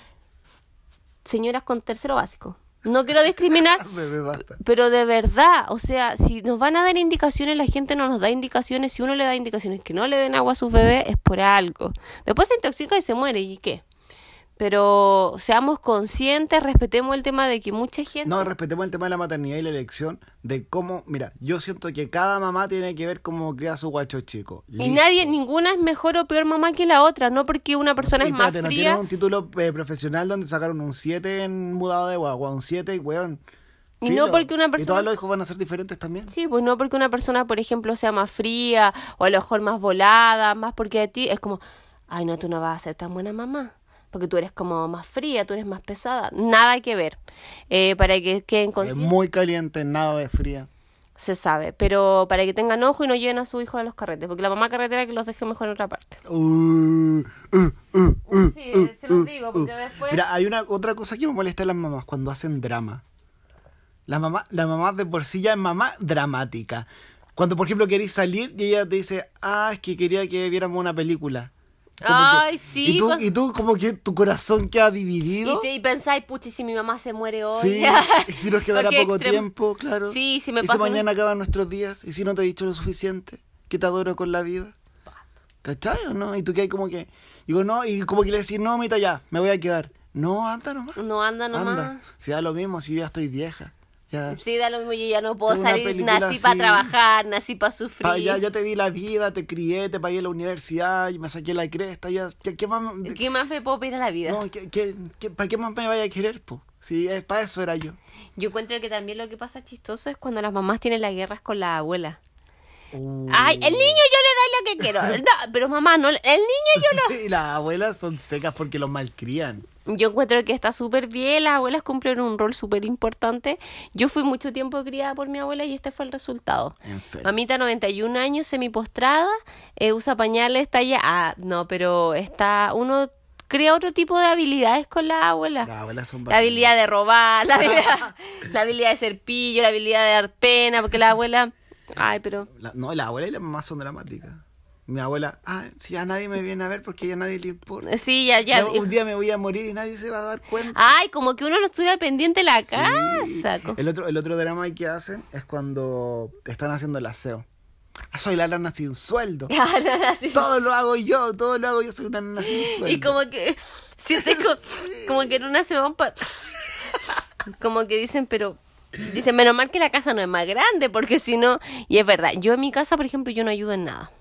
Señoras con tercero básico. No
[LAUGHS]
quiero discriminar,
Bebé, basta.
pero de verdad, o sea, si nos van a dar indicaciones, la gente no nos da indicaciones. Si uno le da indicaciones que no le den agua a sus bebés, es por algo. Después se intoxica y se muere, ¿y qué? Pero seamos conscientes, respetemos el tema de que mucha gente...
No, respetemos el tema de la maternidad y la elección de cómo, mira, yo siento que cada mamá tiene que ver cómo crea a su guacho chico.
y nadie, ninguna es mejor o peor mamá que la otra, no porque una persona
Y
es más
espérate, ¿no
fría
tienen un título eh, profesional donde sacaron un 7 en mudado de guagua, un 7, weón.
Y no porque una
Y
persona-
todos los hijos van a ser diferentes también.
Sí, pues no porque una persona, por ejemplo, sea más fría o a lo mejor más volada, más porque a ti es como, ay, no, tú no vas a ser tan buena mamá, porque tú eres como más fría, tú eres más pesada, nada que ver. Eh, para que queden
Es
conscientes,
muy caliente, nada de fría.
se sabe, pero para que tengan ojo y no lleven a su hijo a los carretes, porque la mamá carretera que los deje mejor en otra parte.
Uh, uh, uh, uh,
Sí,
uh,
se los
uh,
digo, porque
uh.
después-
Mira, hay una otra cosa que me molesta de las mamás cuando hacen drama. La mamá, la mamá de por sí ya es mamá dramática. Cuando, por ejemplo, querés salir y ella te dice, ah, es que quería que viéramos una película. Como
Ay,
que-
sí,
Y tú,
cos-
y tú como que tu corazón queda
Y,
dividido.
te- y pensáis, puchi, si mi mamá se muere hoy. [LAUGHS]
Sí, y si nos quedará
Porque
poco
extrem-
tiempo, claro.
Sí, si me
y
pasa
si
una-
mañana acaban nuestros días, y si no te he dicho lo suficiente, que te adoro con la vida. ¿Cachai o no? Y tú que hay como que. Digo, no, y como que le decís, no, mita, ya, me voy a quedar. No, anda nomás.
No anda nomás.
Anda. Si da lo mismo, si yo ya estoy vieja. Ya.
Sí, da lo mismo, yo ya no puedo
Tengo una
salir,
película
nací para
así.
trabajar, nací para sufrir.
Pa- ya, ya te di la vida, te crié, te pagué la universidad, y me saqué la cresta, ya. ¿Qué, qué más?
¿Qué más me puedo pedir a la vida?
No, ¿qué, qué, qué- para qué más me vaya a querer, po? Si es para eso era yo.
Yo encuentro que también lo que pasa chistoso es cuando las mamás tienen las guerras con la abuela.
Uh.
Ay, el niño yo le doy lo que quiero.
[LAUGHS]
No, pero mamá, no, el niño yo
Y las abuelas son secas porque los malcrían.
no. Yo encuentro que está súper bien, las abuelas cumplen un rol súper importante. Yo fui mucho tiempo criada por mi abuela y este fue el resultado.
Enfermo.
Mamita, 91 años, semipostrada, eh, usa pañales, talla... Ah, no, pero está... Uno crea otro tipo de habilidades con la abuela.
Las abuelas son
Ah. La
bacanas.
habilidad de robar, la habilidad, la habilidad de ser pillo, la habilidad de dar pena, porque la abuela... Ay, pero...
La- no, la abuela y la mamá son dramáticas. Mi abuela, ah, si a nadie me viene a ver porque ya a nadie le importa.
eh, Sí, ya, ya...
Ya un día me voy a morir y nadie se va a dar cuenta.
Ay, como que uno no estuviera pendiente de la
Sí.
casa. co- [LAUGHS]
El otro, el otro drama que hacen es cuando están haciendo el aseo. Ah, soy la lana sin sueldo.
Ah, no, no, sí.
Todo lo hago yo, todo lo hago yo, soy una lana sin sueldo.
[LAUGHS] Y como que... Sientes co- como que en una se van pa- Como que dicen, pero... Dicen, menos mal que la casa no es más grande, porque si no... Y es verdad, yo en mi casa, por ejemplo, yo no ayudo en nada.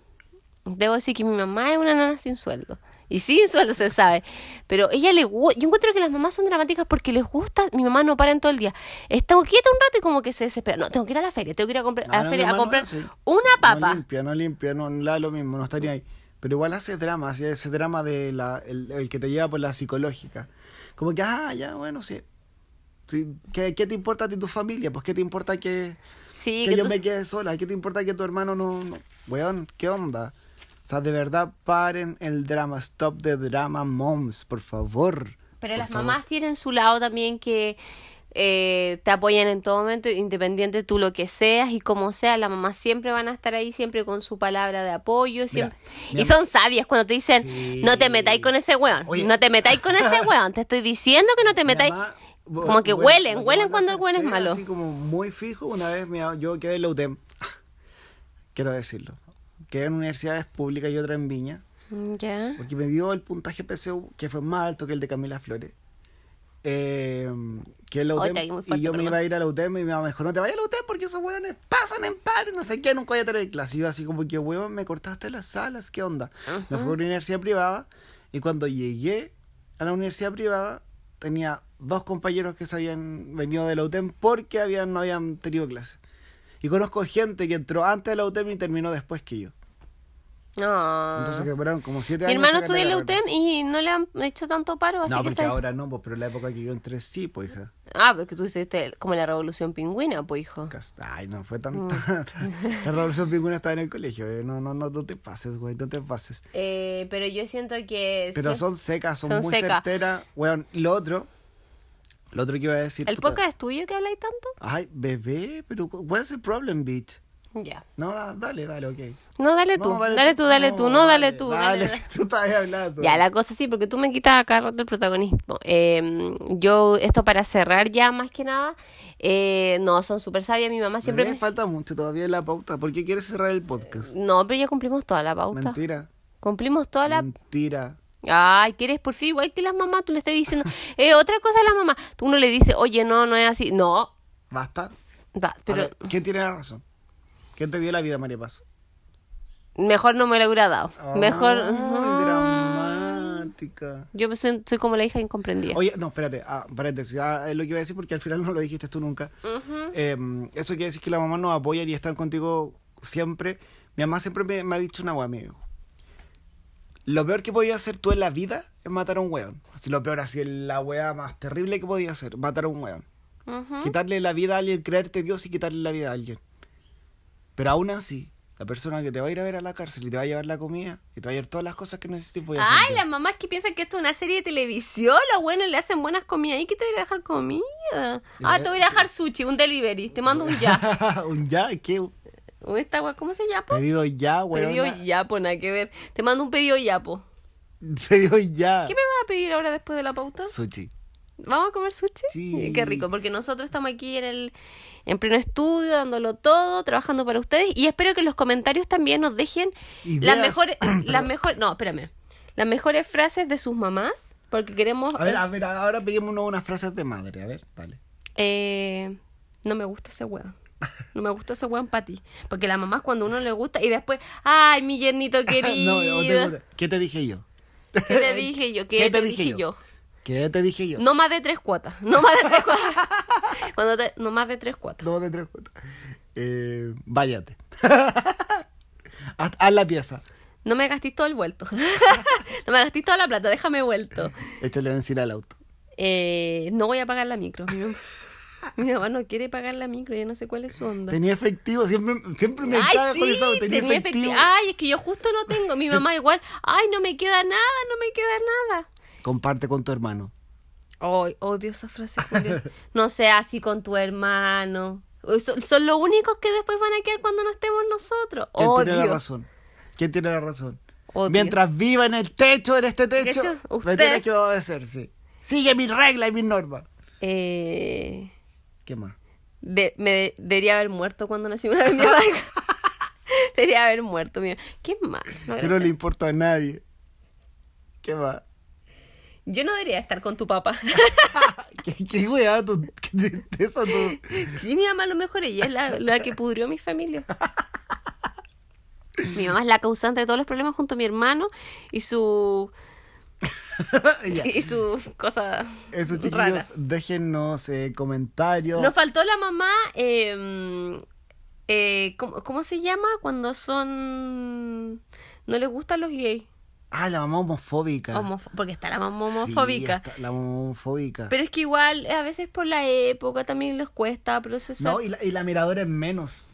Debo decir que mi mamá es una nana sin sueldo. Y sin sueldo se sabe. Pero ella le gusta. Yo encuentro que las mamás son dramáticas porque les gusta. Mi mamá no para en todo el día. Está quieta un rato y como que se desespera. No, tengo que ir a la feria. Tengo que ir a, comprar,
No,
a
no,
la
Ah, mi
feria a
mamá no
comprar
hace.
una
No
papa.
limpia, no limpia, no, no da lo mismo, no estaría ahí. Pero igual hace drama, hace ese drama de la, el, el que te lleva por la psicológica. Como que, ah, ya, bueno, sí. sí, ¿qué, qué te importa a ti tu familia? Pues qué te importa que,
sí,
que
que
yo
tú-
me quede sola, qué te importa que tu hermano no, no. Weón, ¿qué onda? O sea, de verdad, paren el drama. Stop the drama, moms, por favor.
Pero
Por
las
favor.
mamás tienen su lado también que eh, te apoyan en todo momento, independiente tú lo que seas y como sea, las mamás siempre van a estar ahí, siempre con su palabra de apoyo. siempre-
mi
y
ama-
son sabias cuando te dicen,
Sí.
no te metáis con ese weón,
Oye.
no te metáis
[LAUGHS]
con ese weón, te estoy diciendo que no te
Mi
metáis.
mamá, bu-
Como que
bueno,
huelen,
mi
huelen
mamá
cuando el
se
weón es
pega
malo.
Así como muy fijo, una vez mi mamá- yo [LAUGHS] quedé en la UTEM. Quiero decirlo. Quedé en universidades públicas y otra en Viña.
Mm, Ya.
Porque me dio el puntaje PSU, que fue más alto que el de Camila Flores. Eh, que es la
Oye,
UTEM,
ahí muy
y
fuerte,
yo me
perdón.
iba a ir a la UTEM y mi mamá me dijo, no te vayas a la UTEM porque esos hueones pasan en paro, no sé qué, nunca voy a tener clase. Y yo así como que, huevón, me cortaste las salas, ¿qué onda? Me fui a una universidad privada y cuando llegué a la universidad privada tenía dos compañeros que se habían venido de la UTEM porque habían, no habían tenido clase. Y conozco gente que entró antes de la UTEM y terminó después que yo.
No.
Entonces que fueron como siete
Ah. Mi
años.
hermano
sacan la
estudia en la
carrera.
UTEM y no le han hecho tanto paro, así
No,
que
porque
está-
ahora no, pues, pero en la época que yo entré sí, pues hija.
Ah, porque tú hiciste como la revolución pingüina, pues hijo.
Cas- Ay, no fue
Mm.
tan. tan- [LAUGHS] la revolución pingüina estaba en el colegio. eh. No, no, no, no te pases, güey, no te pases.
Eh, pero yo siento que
Pero
sí-
son secas, son,
Son
muy
secas.
certeras. Weón, y lo otro. Lo otro que iba a decir.
¿El
puta,
podcast es tuyo que habláis tanto?
Ay, bebé, pero what's the problem, bitch?
Ya.
No, da- dale, dale, ok.
No, dale
No,
tú, dale, tú, dale tú, no, dale, tú, dale,
Dale,
dale.
si [LAUGHS] tú estabas hablando.
Ya, la cosa sí, porque tú me quitas acá rato el protagonismo. Eh, yo, esto para cerrar ya más que nada, eh, no, son súper sabias, mi mamá siempre...
Bebé,
me-
falta mucho todavía en la pauta. ¿Por qué quieres cerrar el podcast?
No, pero ya cumplimos toda la pauta.
Mentira.
Cumplimos toda la...
Mentira.
Ay, ¿quieres por fin? Igual que las mamás, tú le estás diciendo... Eh, otra cosa a la mamá, tú no le dices, oye, no, no es así. No,
Basta.
va,
Pero...
pero
¿Quién tiene la razón? ¿Quién te dio la vida, María Paz?
mejor no me lo hubiera dado.
Ah,
Mejor... Mm.
Ay, dramática.
Yo pues, soy, soy como la hija incomprendida.
Oye, no, espérate, ah, paréntesis, ah, es lo que iba a decir porque al final no lo dijiste tú nunca. Eh, eso quiere decir que la mamá nos apoya y están contigo siempre. Mi mamá siempre me, me ha dicho una wea, me dijo, Lo peor que podía hacer tú en la vida es matar a un weón. Así, Lo peor, así, la wea más terrible que podía hacer, matar a un weón.
Ujú.
Quitarle la vida a alguien, creerte Dios y quitarle la vida a alguien. Pero aún así, la persona que te va a ir a ver a la cárcel y te va a llevar la comida y te va a llevar todas las cosas que necesites, voy a hacer
Ay,
yo.
las mamás que piensan que esto es una serie de televisión, los buenos le hacen buenas comidas. ¿Y qué te voy a dejar comida? Ah, te voy a dejar sushi, un delivery. Te
[LAUGHS]
mando un ya.
un ya, ¿qué?
¿O Esta wea, ¿cómo se llama?
Pedido ya, weón.
Pedido ya, po, nada que ver. Te mando un pedido ya, po.
[LAUGHS] Pedido ya.
¿Qué me vas a pedir ahora después de la pauta?
Sushi.
¿Vamos a comer sushi?
Sí.
Qué rico, porque nosotros estamos aquí en el en pleno estudio, dándolo todo, trabajando para ustedes. Y espero que en los comentarios también nos dejen
Ideas. [CLEARS THROAT]
las mejores, las mejores, no, espérame, las mejores frases de sus mamás, porque queremos...
A ver, a ver, ahora pedímonos unas frases de madre. A ver, dale. [LAUGHS]
Eh, no me gusta ese weón. No me gusta ese weón para ti. Porque la mamá es cuando uno le gusta y después, ay, mi
[LAUGHS]
yernito
No,
querido.
yo tengo- ¿Qué te dije yo?
¿Qué te dije yo? ¿Qué, te, dije, yo?
¿Qué te dije yo?
No más de tres cuotas. No más de
[LAUGHS]
tres cuotas. Cuando te- no más de tres cuotas.
Dos de tres cuatro. Eh, váyate. [LAUGHS] haz, haz la pieza.
No me gastís todo el vuelto. [LAUGHS] no me gastís toda la plata, déjame vuelto.
Échale benzina al auto.
Eh, no voy a pagar la micro. Mi mamá, [LAUGHS] mi mamá no quiere pagar la micro, yo no sé cuál es su onda.
Tenía efectivo, siempre, siempre me
Ay,
cago con
sí,
esa. Tenía,
tenía
efectivo.
efectivo. Ah. Ay, es que yo justo no tengo. Mi mamá igual. Ay, no me queda nada, no me queda nada.
Comparte con tu hermano.
Ay, odio esa frase, Julio. No sea así con tu hermano. Son, son los únicos que después van a quedar cuando no estemos nosotros.
¿Quién
Odio.
tiene la razón? ¿Quién tiene la razón?
Odio.
Mientras viva en el techo, en este techo,
¿Techo?
me
Usted.
tienes que obedecer, sí. Sigue mis reglas y mis normas.
Eh,
¿Qué más?
de- me de- debería haber muerto cuando nací
[LAUGHS]
una vez. mi mamá dijo. debería haber muerto. Mira. ¿Qué más? No,
Que no le importa a nadie. ¿Qué más? [LAUGHS]
yo no debería estar con tu papá.
Ah, ¿Qué, qué weá tu qué tristeza tu-
Sí, mi mamá a lo mejor ella es la, la que pudrió mi familia. Mi mamá es la causante de todos los problemas junto a mi hermano y su
[LAUGHS] Ya.
y su cosa
Eso, chiquillos,
rara.
déjennos eh, comentarios.
Nos faltó la mamá eh, eh, ¿cómo, cómo se llama cuando son no les gustan los gays?
Ah, la mamá homofóbica.
Homofo- porque está la mamá
Sí,
homofóbica.
está la mamá homofóbica.
Pero es que igual eh, a veces por la época también les cuesta procesar.
No, y la, y la miradora es menos.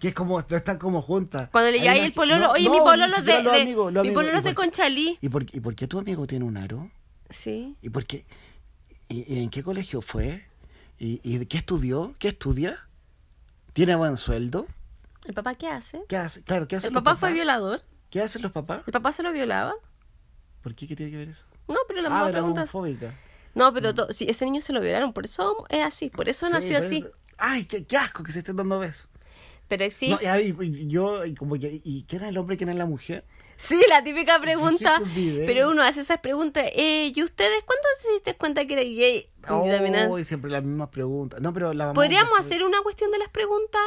Que es como, están como juntas.
Cuando le
Hay
llegáis
una
el
que-
pololo,
no,
oye,
no,
mi
ni
pololo de,
siquiera los
de-
amigos, los
mi
amigos.
pololo
¿Y
es de
por qué-
Conchalí.
¿Y por, ¿Y por qué tu amigo tiene un aro?
Sí.
¿Y por qué? ¿Y, y en qué colegio fue? ¿Y, y de qué estudió? ¿Qué estudia? ¿Tiene buen sueldo?
¿El papá qué hace?
¿Qué hace? Claro, ¿qué hacen
¿El
los
papá
papás?
fue violador?
¿Qué hacen los papás?
¿El papá se lo violaba?
¿Por qué? ¿Qué tiene que ver eso?
No, pero la
Ah,
mamá
de la
pregunta.
homofóbica.
No, pero to- sí, ese niño se lo violaron, por eso es así, por eso
Sí,
nació
por
así.
eso- Ay, qué, qué asco que se estén dando besos.
Pero sí,
No, y, ay, y- y yo, y como que, ¿y quién es el hombre y quién es la mujer?
Sí, la típica pregunta.
¿Qué estupidez?
Pero uno hace esas preguntas. Eh, ¿Y ustedes cuándo se diste cuenta que era gay? Y también ha-
Oh, y siempre las mismas preguntas. No, pero la mamá
Podríamos
homofóbica-
hacer una cuestión de las preguntas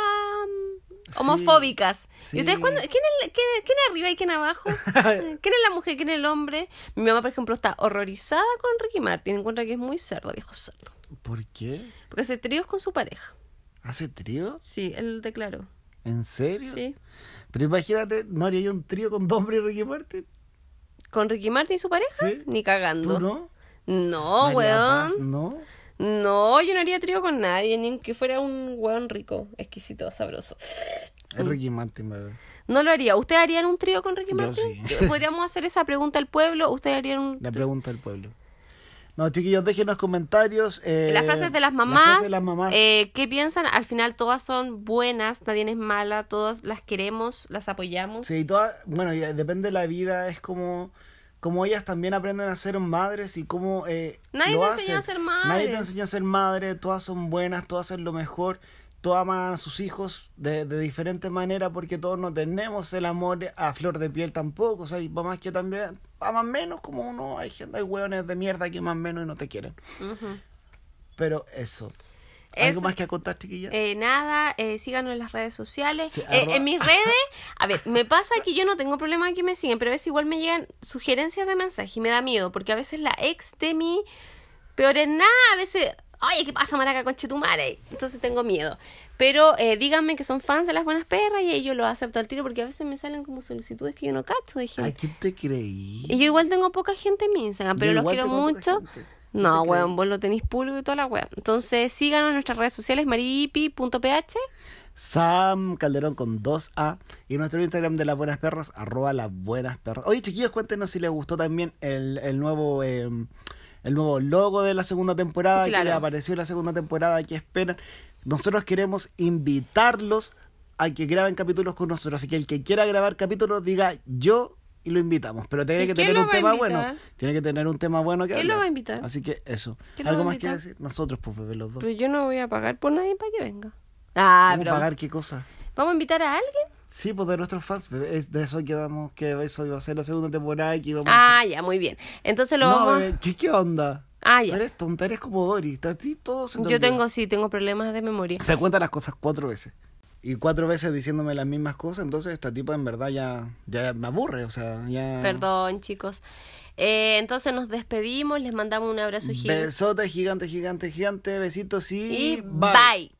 mm,
Sí,
homofóbicas. ¿Y ustedes
sí.
cuándo- ¿Quién es, la- quién, quién es arriba y quién
[LAUGHS]
abajo? ¿Quién es la mujer? ¿Quién es el hombre? Mi mamá, por ejemplo, está horrorizada con Ricky Martin. Encuentra que es muy cerdo, viejo cerdo.
¿Por qué?
Porque hace tríos con su pareja.
¿Hace trío?
Sí, él declaró.
¿En serio?
Sí.
Pero imagínate, ¿no haría yo un trío con Don y Ricky Martin?
¿Con Ricky Martin y su pareja?
Sí.
Ni
¿Tú
cagando.
no?
No, Oh,
María
weón.
Paz, ¿No?
No, yo no haría trío con nadie, ni que fuera un weón rico, exquisito, sabroso. Mm.
Es Ricky Martin, bebé.
No lo haría. ¿Ustedes harían un trío con Ricky
Yo
Martin? Eh,
sí.
Podríamos hacer esa pregunta al pueblo. ¿Ustedes harían un
La pregunta del pueblo. No, chiquillos, déjenos comentarios. eh,
las frases de
Las
las mamás,
frases de las mamás.
eh, ¿qué piensan? Al final todas son buenas, nadie es mala, todas las queremos, las apoyamos.
Sí, y toda, bueno, y eh, depende de la vida, es como, como ellas también aprenden a ser madres y cómo... eh,
Nadie
lo
te enseñó a
hacen.
ser madre.
Nadie te enseña a ser madre, todas son buenas, todas hacen lo mejor, todas aman a sus hijos de, de diferente manera porque todos no tenemos el amor a flor de piel tampoco, o sea, hay mamás que también aman menos como uno, hay gente, hay hueones de mierda que aman menos y no te quieren. Pero eso. ¿Algo
Eso
más que
es.
acotar, chiquilla?
Eh, nada, eh, síganos en las redes sociales.
Sí,
Eh,
arroba-
en mis redes, a ver, me pasa que yo no tengo problema que me siguen, pero a veces igual me llegan sugerencias de mensaje y me da miedo, porque a veces la ex de mí, peor es nada, a veces, oye, ¿qué pasa, maraca, conchetumare? Entonces tengo miedo. Pero eh, díganme que son fans de las buenas perras y ahí yo lo acepto al tiro, porque a veces me salen como solicitudes que yo no cacho de gente.
¿A quién te creí?
Y yo igual tengo poca gente en mi Instagram,
Yo
pero los
igual
quiero
tengo poca
mucho.
gente. ¿Qué
No,
te
weón,
creí?
vos lo tenéis público y toda la weón. Entonces síganos en nuestras redes sociales, maripi.ph.
Sam Calderón con 2A y nuestro Instagram de las buenas perras, arroba las buenas perras. Oye, chiquillos, cuéntenos si les gustó también el, el nuevo eh, el nuevo logo de la segunda temporada, que
Claro.
les apareció en la segunda temporada, que esperan. Nosotros queremos invitarlos a que graben capítulos con nosotros. Así que el que quiera grabar capítulos, diga yo y lo invitamos. Pero tiene
¿Y
que
quién
tener
lo
un
va a
tema
invitar?
bueno. Tiene que tener un tema bueno que
¿Quién lo
hablar.
va a invitar?
Así que eso.
¿Quién lo va
¿Algo
a
más que
invitar?
decir? Nosotros, pues, bebé, los dos.
Pero yo no voy a pagar por nadie para que venga. Ah,
¿Cómo
bro.
pagar qué cosa?
¿Vamos a invitar a alguien?
Sí, pues de nuestros fans, bebé. Es de eso quedamos que eso iba a ser la segunda temporada y que íbamos a
Ah, ya, muy bien. Entonces lo
hacer- No,
vamos. a-
bebé, ¿qué, qué onda?
Ah,
Tú
ya.
eres tonta, eres como Dory. A ti todo se te
Yo
olvida.
tengo, sí, tengo problemas de memoria.
Te cuenta las cosas cuatro veces. Y cuatro veces diciéndome las mismas cosas, entonces esta tipa en verdad ya, ya me aburre, o sea, ya...
Perdón, chicos. Eh, entonces nos despedimos, les mandamos un abrazo gigante.
Besote gigante, gigante, gigante, besitos y...
Y bye.